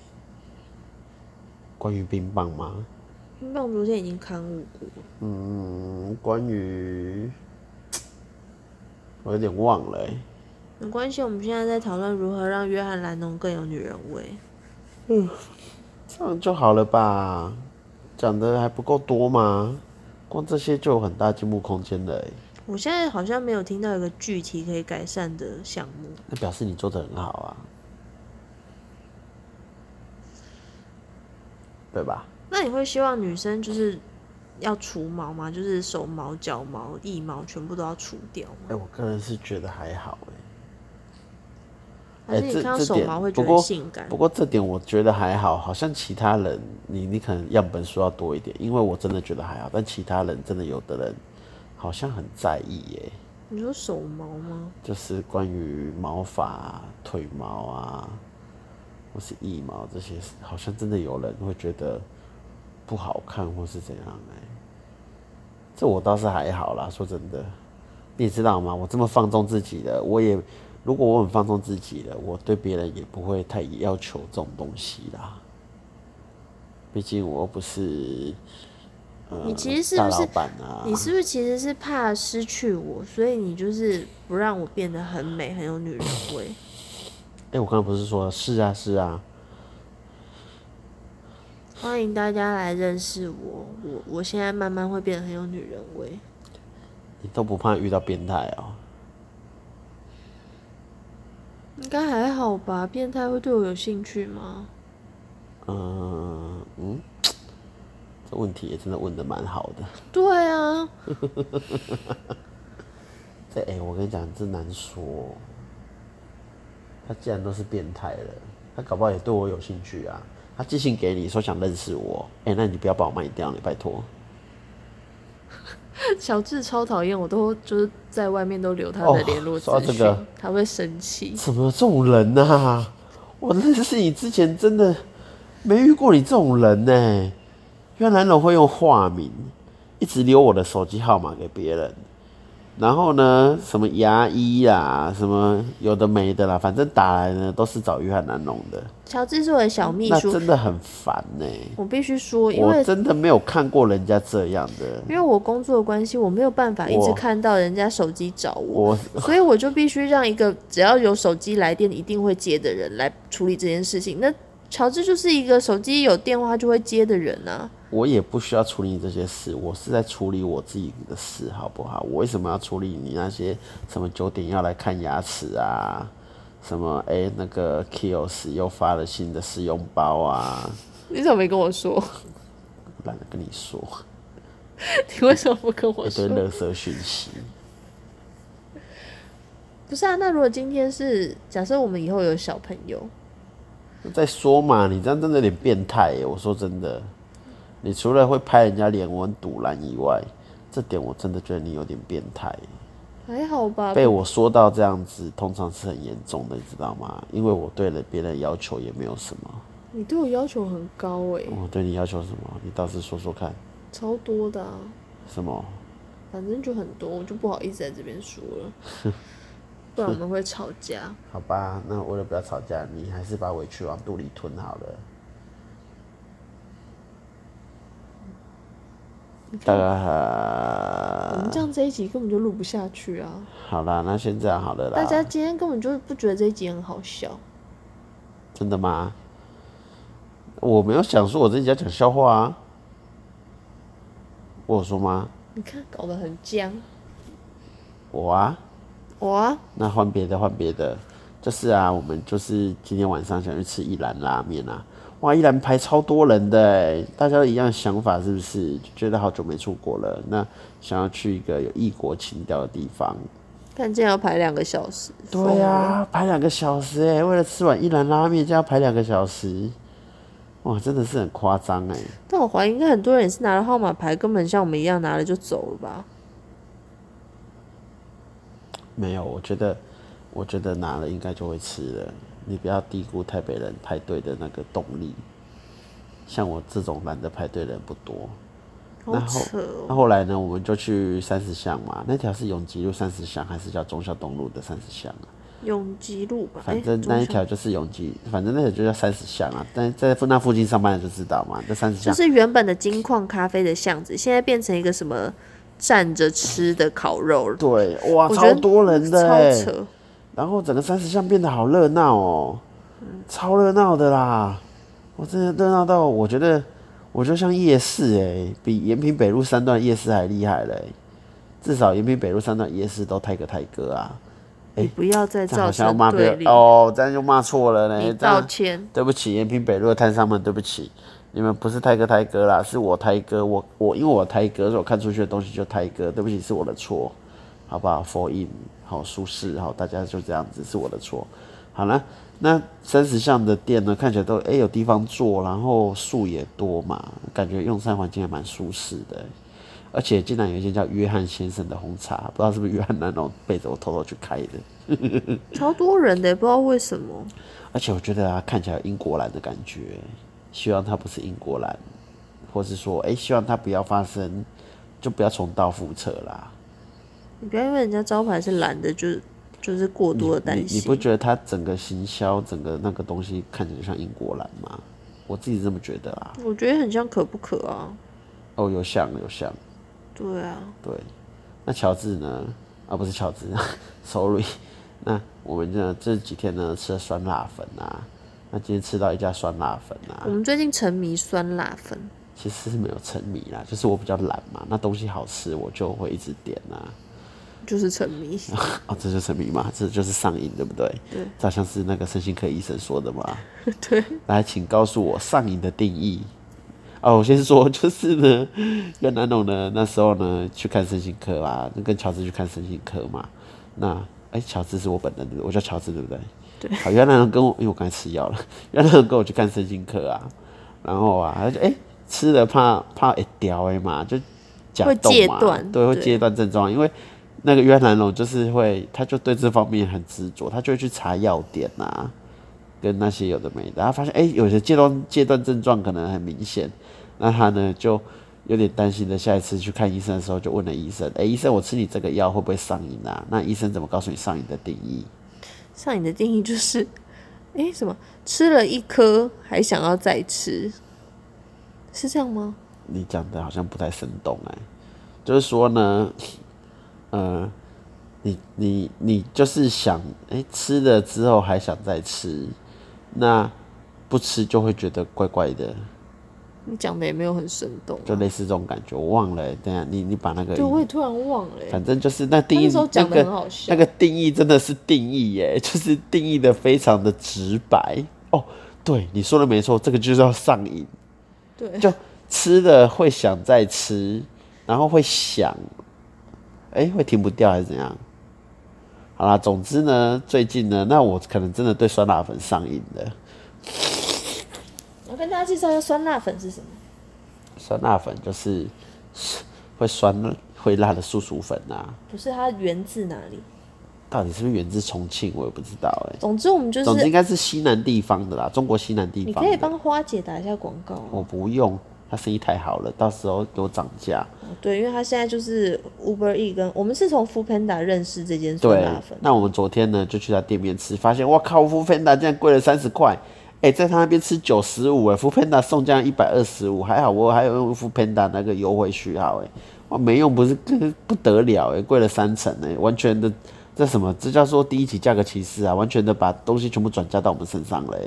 S1: 关于冰棒吗？
S2: 因为我们昨天已经刊物过，
S1: 嗯，关于我有点忘了、欸。
S2: 没关系，我们现在在讨论如何让约翰兰农更有女人味。
S1: 这样就好了吧？讲的还不够多吗？光这些就有很大进步空间了、欸。
S2: 我现在好像没有听到一个具体可以改善的项目，
S1: 那表示你做的很好啊，对吧？
S2: 那你会希望女生就是要除毛吗？就是手毛、脚毛、腋毛全部都要除掉
S1: 哎、
S2: 吗？
S1: 我个人是觉得还好哎、
S2: 还是你
S1: 这
S2: 看到
S1: 这
S2: 手
S1: 点
S2: 毛会
S1: 不
S2: 觉得
S1: 过
S2: 性感
S1: 不？过这点我觉得还好，好像其他人你你可能样本数要多一点，因为我真的觉得还好，但其他人真的有的人好像很在意耶、
S2: 你说手毛吗？
S1: 就是关于毛发啊、腿毛啊，或是腋毛这些，好像真的有人会觉得不好看或是怎样哎、这我倒是还好啦，说真的，你也知道吗？我这么放纵自己的，我也如果我很放纵自己了，我对别人也不会太要求这种东西啦。毕竟我又不是，呃，
S2: 你其实是
S1: 大
S2: 不是
S1: 老板啊，
S2: 你是不是其实是怕失去我，所以你就是不让我变得很美，很有女人味？
S1: 哎、我刚刚不是说是啊是啊，
S2: 欢迎大家来认识我，我我现在慢慢会变得很有女人味。
S1: 你都不怕遇到变态哦、
S2: 应该还好吧？变态会对我有兴趣吗？
S1: 嗯嗯，这问题也真的问的蛮好的。
S2: 对啊，
S1: 这哎、我跟你讲，这难说哦。他既然都是变态了，他搞不好也对我有兴趣啊。他寄信给你说想认识我，哎、那你不要把我卖掉，你拜托。
S3: 小智超讨厌，我都就是在外面都留他
S1: 哦
S3: 的联络资
S1: 说到这
S3: 讯，
S1: 个
S3: 他会生气。
S1: 怎么这种人呐、啊？我认识你之前真的没遇过你这种人呢、原来人会用化名，一直留我的手机号码给别人。然后呢，什么牙医啦，什么有的没的啦，反正打来呢都是找约翰南龙的，
S2: 乔治是我的小秘
S1: 那
S2: 书，
S1: 真的很烦呢、
S2: 我必须说，因
S1: 我
S2: 为
S1: 真的没有看过人家这样的，
S2: 因为我工作的关系，我没有办法一直
S1: 我
S2: 看到人家手机找我，
S1: 我
S2: 所以我就必须让一个只要有手机来电一定会接的人来处理这件事情。那乔治就是一个手机有电话就会接的人啊。
S1: 我也不需要处理你这些事，我是在处理我自己的事，好不好？我为什么要处理你那些什么九点要来看牙齿啊，什么哎、那个 Kios 又发了新的试用包啊，
S3: 你怎么没跟我 说？
S1: 懒得跟你说，
S3: 你为什么不跟我
S1: 一
S3: 说？
S1: 堆垃圾讯息。
S2: 不是啊，那如果今天是假设我们以后有小朋友，
S1: 再说嘛，你这样真的有点变态耶！我说真的，你除了会拍人家脸我很堵拦以外，这点我真的觉得你有点变态耶。
S2: 还好吧？
S1: 被我说到这样子，通常是很严重的，你知道吗？因为我对了别人的要求也没有什么。
S3: 你对我要求很高诶、
S2: 欸
S1: 我对你要求什么？你倒是说说看，
S3: 超多的、啊，
S1: 什么？
S3: 反正就很多，我就不好意思在这边说了， 不然我们会吵架。
S1: 好吧，那为了不要吵架，你还是把委屈往肚里吞好了。大
S3: 我们这
S1: 概
S3: 样这一集根本就录不下去啊！
S1: 好啦，那先这样好了啦。
S3: 大家今天根本就不觉得这一集很好笑，
S1: 真的吗？我没有想说我自己要讲笑话啊，我有说吗？
S3: 你看搞得很僵。
S1: 我啊。
S3: 我啊，
S1: 那换别的，换别的，就是啊，我们就是今天晚上想去吃一兰拉面啊，哇，一兰排超多人的欸，大家一样想法是不是？就觉得好久没出国了，那想要去一个有异国情调的地方。
S2: 看见要排两个小时，
S1: 对呀、啊，排两个小时哎、为了吃碗一兰拉面就要排两个小时，哇，真的是很夸张哎。
S2: 但我怀疑应该很多人也是拿了号码牌，根本像我们一样拿了就走了吧？
S1: 没有，我觉得，我觉得拿了应该就会吃了。你不要低估台北人排队的那个动力。像我这种懒得排队的人不多。
S2: 好扯哦！
S1: 那后来呢，我们就去三十巷嘛，那条是永吉路三十巷，还是叫忠孝东路的三十巷啊？
S2: 永吉路吧，哎
S1: 反正
S2: 诶
S1: 那一条就是永吉，反正那条就叫三十巷啊。但在附那附近上班的就知道嘛，这三十
S2: 就
S1: 巷
S2: 是原本的金矿咖啡的巷子，现在变成一个什么站着吃的烤肉，
S1: 对，哇，
S2: 我觉
S1: 哦超
S2: 得
S1: 多人的、
S2: 超
S1: 欸，
S2: 扯。
S1: 然后整个三十巷变得好热闹哦，超热闹的啦！我真的热闹到我觉得，我就像夜市哎、比延平北路三段夜市还厉害嘞、至少延平北路三段夜市都泰哥泰哥啊，
S2: 你不要再
S1: 这样
S2: 造
S1: 好像要
S2: 成
S1: 骂别
S2: 对立，
S1: 人哦，这样就骂错了
S2: 你
S1: 嘞，这
S2: 道
S1: 样
S2: 歉。
S1: 对不起，延平北路的摊商们，对不起，你们不是泰哥泰哥啦，是我泰哥，我我因为我泰哥，所以我看出去的东西就泰哥，对不起，是我的错，好不好？For in，好舒适，好，大家就这样子，是我的错。好了，那三十巷的店呢，看起来都哎、有地方坐，然后树也多嘛，感觉用餐环境还蛮舒适的、而且竟然有一间叫约翰先生的红茶，不知道是不是约翰南龙背着我偷偷去开的。
S2: 超多人的，不知道为什么。
S1: 而且我觉得啊，看起来有英国蓝的感觉，希望它不是英国蓝，或是说，哎、希望它不要发生，就不要重蹈覆辙啦。
S2: 你不要因为人家招牌是蓝的，就就是过多的
S1: 你
S2: 担
S1: 你不
S2: 心。
S1: 觉得它整个行销，整个那个东西看起来就像英国蓝吗？我自己这么觉得啊。
S2: 我觉得很像可不可啊？
S1: 哦，有像有像，
S4: 对啊，
S1: 对。那乔治呢？啊，不是乔治 ，sorry。那我们呢这几天呢吃了酸辣粉啊，那今天吃到一家酸辣粉啊
S2: 我，们最近沉迷酸辣粉，
S1: 其实是没有沉迷啦，就是我比较懒嘛，那东西好吃我就会一直点啊。
S2: 就是沉迷。
S1: 哦，这就是沉迷嘛，这就是上瘾，对不对？对，这好像是那个身心科医生说的嘛。
S2: 对，
S1: 来，请告诉我上瘾的定义。 哦，我先说，就是呢，跟南董呢那时候呢去看身心科啦，跟乔治去看身心科嘛。那哎、乔治是我本人，对不对我叫乔治，对不对？对。好，原来呢跟我，因为我刚才吃药了，原来呢跟我去看身心科啊。然后啊，他就哎、吃了怕怕会掉哎嘛，就假
S2: 会
S1: 动
S2: 戒
S1: 嘛，
S2: 断
S1: 对，会
S2: 对
S1: 戒断症状，因为那个约翰龙就是会，他就对这方面很执着，他就会去查药典啊，跟那些有的没的，他发现哎、有些戒断戒断症状可能很明显，那他呢就有点担心的，下一次去看医生的时候就问了医生，哎、医生，我吃你这个药会不会上瘾啊？那医生怎么告诉你上瘾的定义？
S2: 上瘾的定义就是，诶，什么吃了一颗还想要再吃，是这样吗？
S1: 你讲的好像不太生动哎、就是说呢，呃，你你你就是想哎、吃了之后还想再吃，那不吃就会觉得怪怪的，
S2: 你讲的也没有很生动、
S1: 就
S2: 啊，
S1: 类似这种感觉。我忘了、欸，等一下你你把那个
S2: 对，我也突然忘了、欸。
S1: 反正就是那定义
S2: 他那时候讲得
S1: 那
S2: 很好
S1: 个
S2: 笑
S1: 那个定义真的是定义耶， 就是定义的非常的直白哦。对，你说的没错，这个就是要上瘾，
S2: 对，
S1: 就吃了会想再吃，然后会想，哎、会停不掉还是怎样？好啦，总之呢，最近呢，那我可能真的对酸辣粉上瘾了。
S2: 我跟大家介绍一下酸辣粉是什么。
S1: 酸辣粉就是 会酸会辣的素薯粉啊，
S2: 不是它源自哪里？
S1: 到底是不是源自重庆，我也不知道哎、
S2: 总之我们就
S1: 总之应
S2: 是，
S1: 该是西南地方的啦，中国西南地
S2: 你
S1: 方
S2: 可
S1: 的。哦
S2: 以帮花姐打一下广告啊、
S1: 我不用，他生意太好了，到时候给我涨价。
S2: 对，因为她现在就是 Uber E 跟我们是从 f o o Panda 认识这间酸
S1: 对
S2: 辣粉，，
S1: 那我们昨天呢就去他店面吃，发现哇靠，福芬达竟然贵了三十块。哎、在他那边吃九十五，哎，福芬达送价一百二十五，还好我还有用福芬达那个优惠序号，哎，哇，没用不是不得了，哎，贵了三成，哎，完全的，这什么？这叫做第一级价格歧视啊！完全的把东西全部转嫁到我们身上了、哎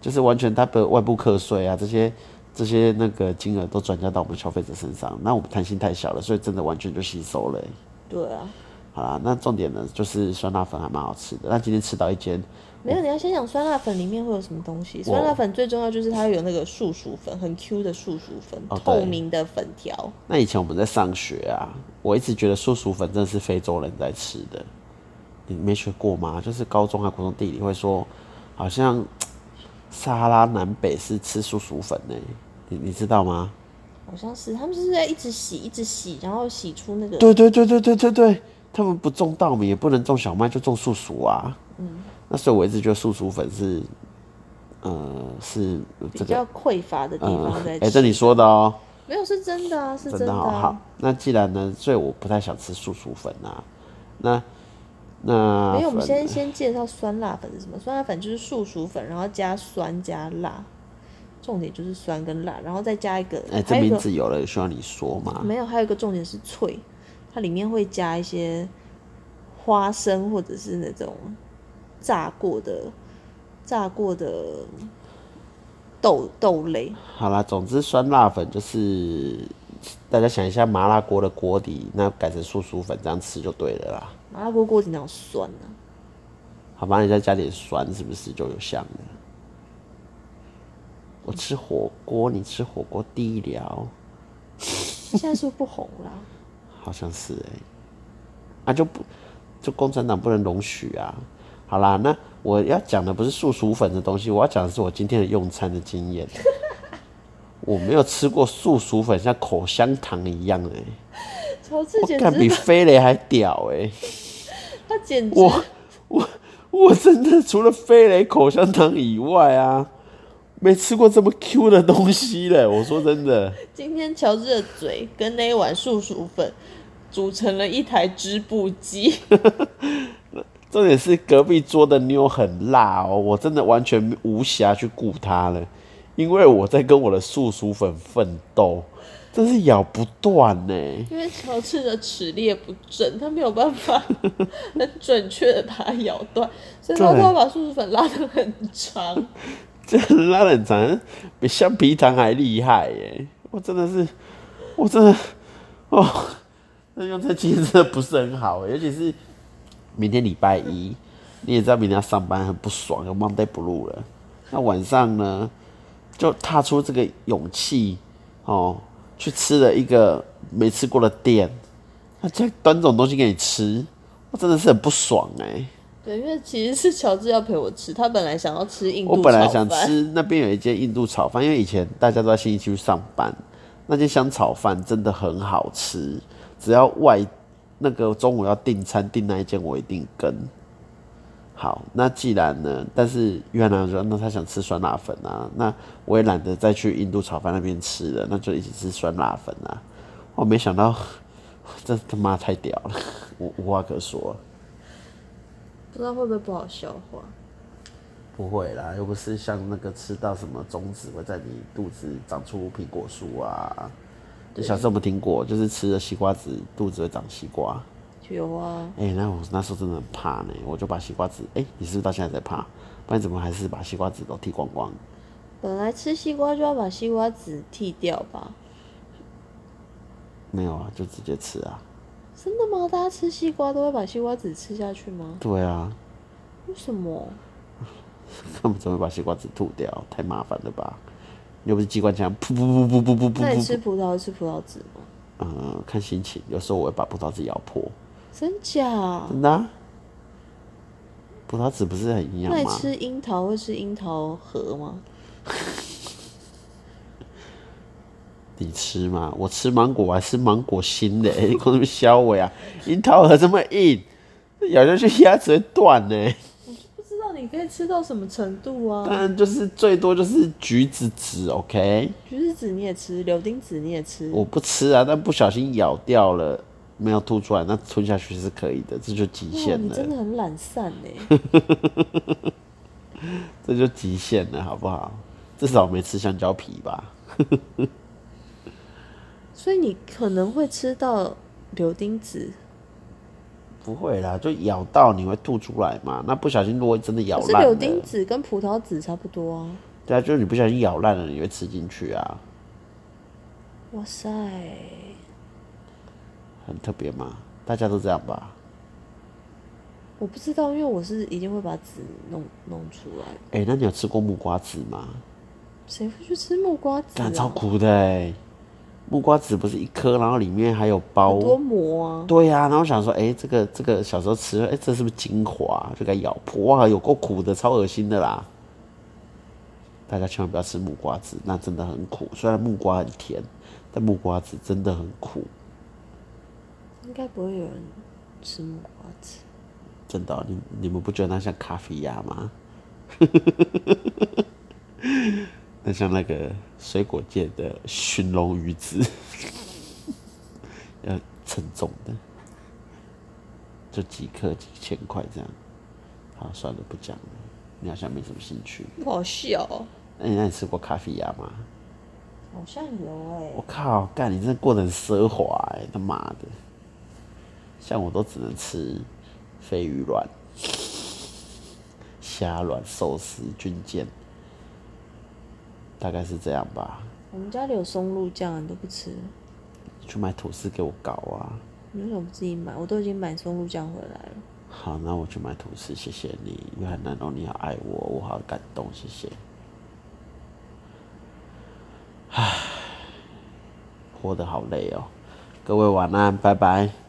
S1: 就是完全他的外部课税啊，这些这些那个金额都转嫁到我们消费者身上，那我们弹性太小了，所以真的完全就吸收了、哎
S2: 对啊，
S1: 好啦，那重点呢就是酸辣粉还蛮好吃的。那今天吃到一间，
S2: 没有，你要先讲酸辣粉里面会有什么东西。酸辣粉最重要就是它有那个树薯粉，很 Q 的树薯粉，
S1: 哦对
S2: 透明的粉条。
S1: 那以前我们在上学啊，我一直觉得素薯粉真的是非洲人在吃的，你没学过吗？就是高中还啊国中地理会说，好像撒哈拉南北是吃素薯粉呢、你你知道吗？
S2: 好像是，他们就是在一直洗，一直洗，然后洗出那个。
S1: 对对对对对对对，他们不种稻米，也不能种小麦，就种素薯啊。那所以我一直觉得素薯粉是，呃，是
S2: 比
S1: 这个，
S2: 较匮乏的地
S1: 嗯
S2: 方，在
S1: 哎、
S2: 吃，
S1: 这你说的哦、
S2: 没有是真的啊，是
S1: 真哦
S2: 的
S1: 好
S2: 啊
S1: 好。那既然呢，所以我不太想吃素薯粉啊。那那
S2: 没有，我们
S1: 反
S2: 先先介绍酸辣粉是什么？酸辣粉就是素薯粉，然后加酸加辣，重点就是酸跟辣，然后再加一个，
S1: 哎、
S2: 还
S1: 这
S2: 有一
S1: 名
S2: 个
S1: 字啊有了，有需要你说吗？
S2: 没有，还有一个重点是脆，它里面会加一些花生或者是那种炸过的炸过的豆豆类，
S1: 好啦，总之酸辣粉就是大家想一下麻辣锅的锅底，那改成素薯粉这样吃就对了啦。
S2: 麻辣锅锅底哪有酸啊呢、
S1: 好吧，你再加点酸，是不是就有香了？我吃火锅，你吃火锅第一聊，
S2: 现在是不是不红啊 啦、
S1: 好像是哎、啊就不就共产党不能容许啊。好啦，那我要讲的不是素薯粉的东西，我要讲的是我今天的用餐的经 验。我没有吃过素薯粉像口香糖一样哎、
S2: 乔治
S1: 我
S2: 简
S1: 干比
S2: 直，
S1: 飞雷还屌哎、
S2: 他简直，
S1: 我我我真的除了飞雷口香糖以外啊，没吃过这么 Q 的东西嘞。我说真的，
S2: 今天乔治的嘴跟那一碗素薯粉组成了一台织布机。
S1: 重点是隔壁桌的妞很辣哦，我真的完全无暇去顾她了，因为我在跟我的素薯粉奋斗。真是咬不断欸呢、
S2: 因为乔治的齿列不正，他没有办法很准确的把它咬断， 所以他
S1: 对
S2: 都要把素食粉拉得很长。
S1: 这样拉冷藏比橡皮糖还厉害耶、我真的是，我真的，哦，那用这其实真的不是很好、尤其是明天礼拜一，你也知道明天要上班很不爽，要 Monday Blue 了。那晚上呢，就踏出这个勇气哦，去吃了一个没吃过的店，他这样端这种东西给你吃，我真的是很不爽哎、
S2: 对，因为其实是乔治要陪我吃，他本来想要吃印度
S1: 我本来
S2: 炒
S1: 想
S2: 饭，
S1: 吃那边有一间印度炒饭，因为以前大家都在新一区上班，那间香炒饭真的很好吃。只要外那个中午要订餐订那一间，我一定跟。好，那既然呢，但是越南人说那他想吃酸辣粉啊，那我也懒得再去印度炒饭那边吃了，那就一起吃酸辣粉啊。我没想到， 这他妈太屌了，我无话可说了。
S2: 不知道会不会不好啊消化。
S1: 不会啦，又不是像那个吃到什么种子会在你肚子长出苹果树啊。就小时候有没有听过，就是吃了西瓜籽，肚子会长西瓜。
S2: 有啊，
S1: 哎、那我那时候真的很怕呢，我就把西瓜籽，哎、你是不是到现在在怕？不然怎么还是把西瓜籽都剃光光？
S2: 本来吃西瓜就要把西瓜籽剃掉吧？
S1: 没有啊，就直接吃啊。
S2: 真的吗？大家吃西瓜都会把西瓜籽吃下去吗？
S1: 对啊，
S2: 为什么？
S1: 他们怎么会把西瓜籽吐掉？太麻烦了吧？又不是机关枪，噗噗噗噗噗噗
S2: 那你
S1: 噗
S2: 吃
S1: 噗。
S2: 葡萄会吃葡萄籽吗？
S1: 嗯，看心情，有时候我会把葡萄籽咬破。
S2: 真假？
S1: 真的啊、葡萄籽不是很营养
S2: 那你
S1: 吗？
S2: 吃樱桃会吃樱桃核吗？
S1: 你吃吗？我吃芒果，我还吃芒果心的、 欸，你光么削我呀？樱桃核这么硬，咬下去牙齿会断呢、
S2: 嗯不知道你可以吃到什么程度啊
S1: 当？然就是最多就是橘子籽，OK？
S2: 橘子籽你也吃，柳丁籽你也吃，
S1: 我不吃啊，但不小心咬掉了，没有吐出来，那吞下去是可以的，这就极
S2: 哇，
S1: 限
S2: 你
S1: 了，
S2: 真的很懒散哎。
S1: 这就极限了，好不好？至少没吃香蕉皮吧？
S2: 所以你可能会吃到柳丁 籽，
S1: 不会啦，就咬到你会吐出来嘛。那不小心如果真的咬
S2: 可是
S1: 烂了，
S2: 柳丁籽跟葡萄籽差不多啊。
S1: 对啊，就是你不小心咬烂了，你会吃进去啊，
S2: 哇塞，
S1: 很特别嘛。大家都这样吧？
S2: 我不知道，因为我是一定会把籽弄弄出来。
S1: 哎、那你有吃过木瓜籽吗？
S2: 谁会去吃木瓜籽
S1: 干超
S2: 啊？
S1: 苦的哎、木瓜籽不是一颗，然后里面还有包
S2: 很。多膜啊！
S1: 对呀、然后我想说，哎、这个这个小时候吃，哎、这是不是精华？就给它咬破，哇，有够苦的，超恶心的啦！大家千万不要吃木瓜籽，那真的很苦。虽然木瓜很甜，但木瓜籽真的很苦，
S2: 应该不会有人吃木瓜籽。
S1: 真的哦、你你们不觉得那像咖啡鸭吗？ 那像那个水果界的寻龙鱼子， 要称重的，就几克几千块这样。好，算了，不讲了。你好像没什么兴趣。
S2: 不好笑、
S1: 那你那你吃过咖啡鸭吗？
S5: 好像有
S2: 欸
S5: 哎、
S1: 我靠，干你真的过得很奢华哎、他妈的！像我都只能吃鲱鱼卵、虾卵、寿司、军舰，大概是这样吧。
S2: 我们家里有松露酱，你都不吃，
S1: 去买吐司给我搞啊！
S2: 你为什么不自己买？我都已经买松露酱回来了。
S1: 好，那我去买吐司，谢谢你，约翰南哦，你好爱我，我好感动，谢谢。唉，活得好累哦，各位晚安，拜拜。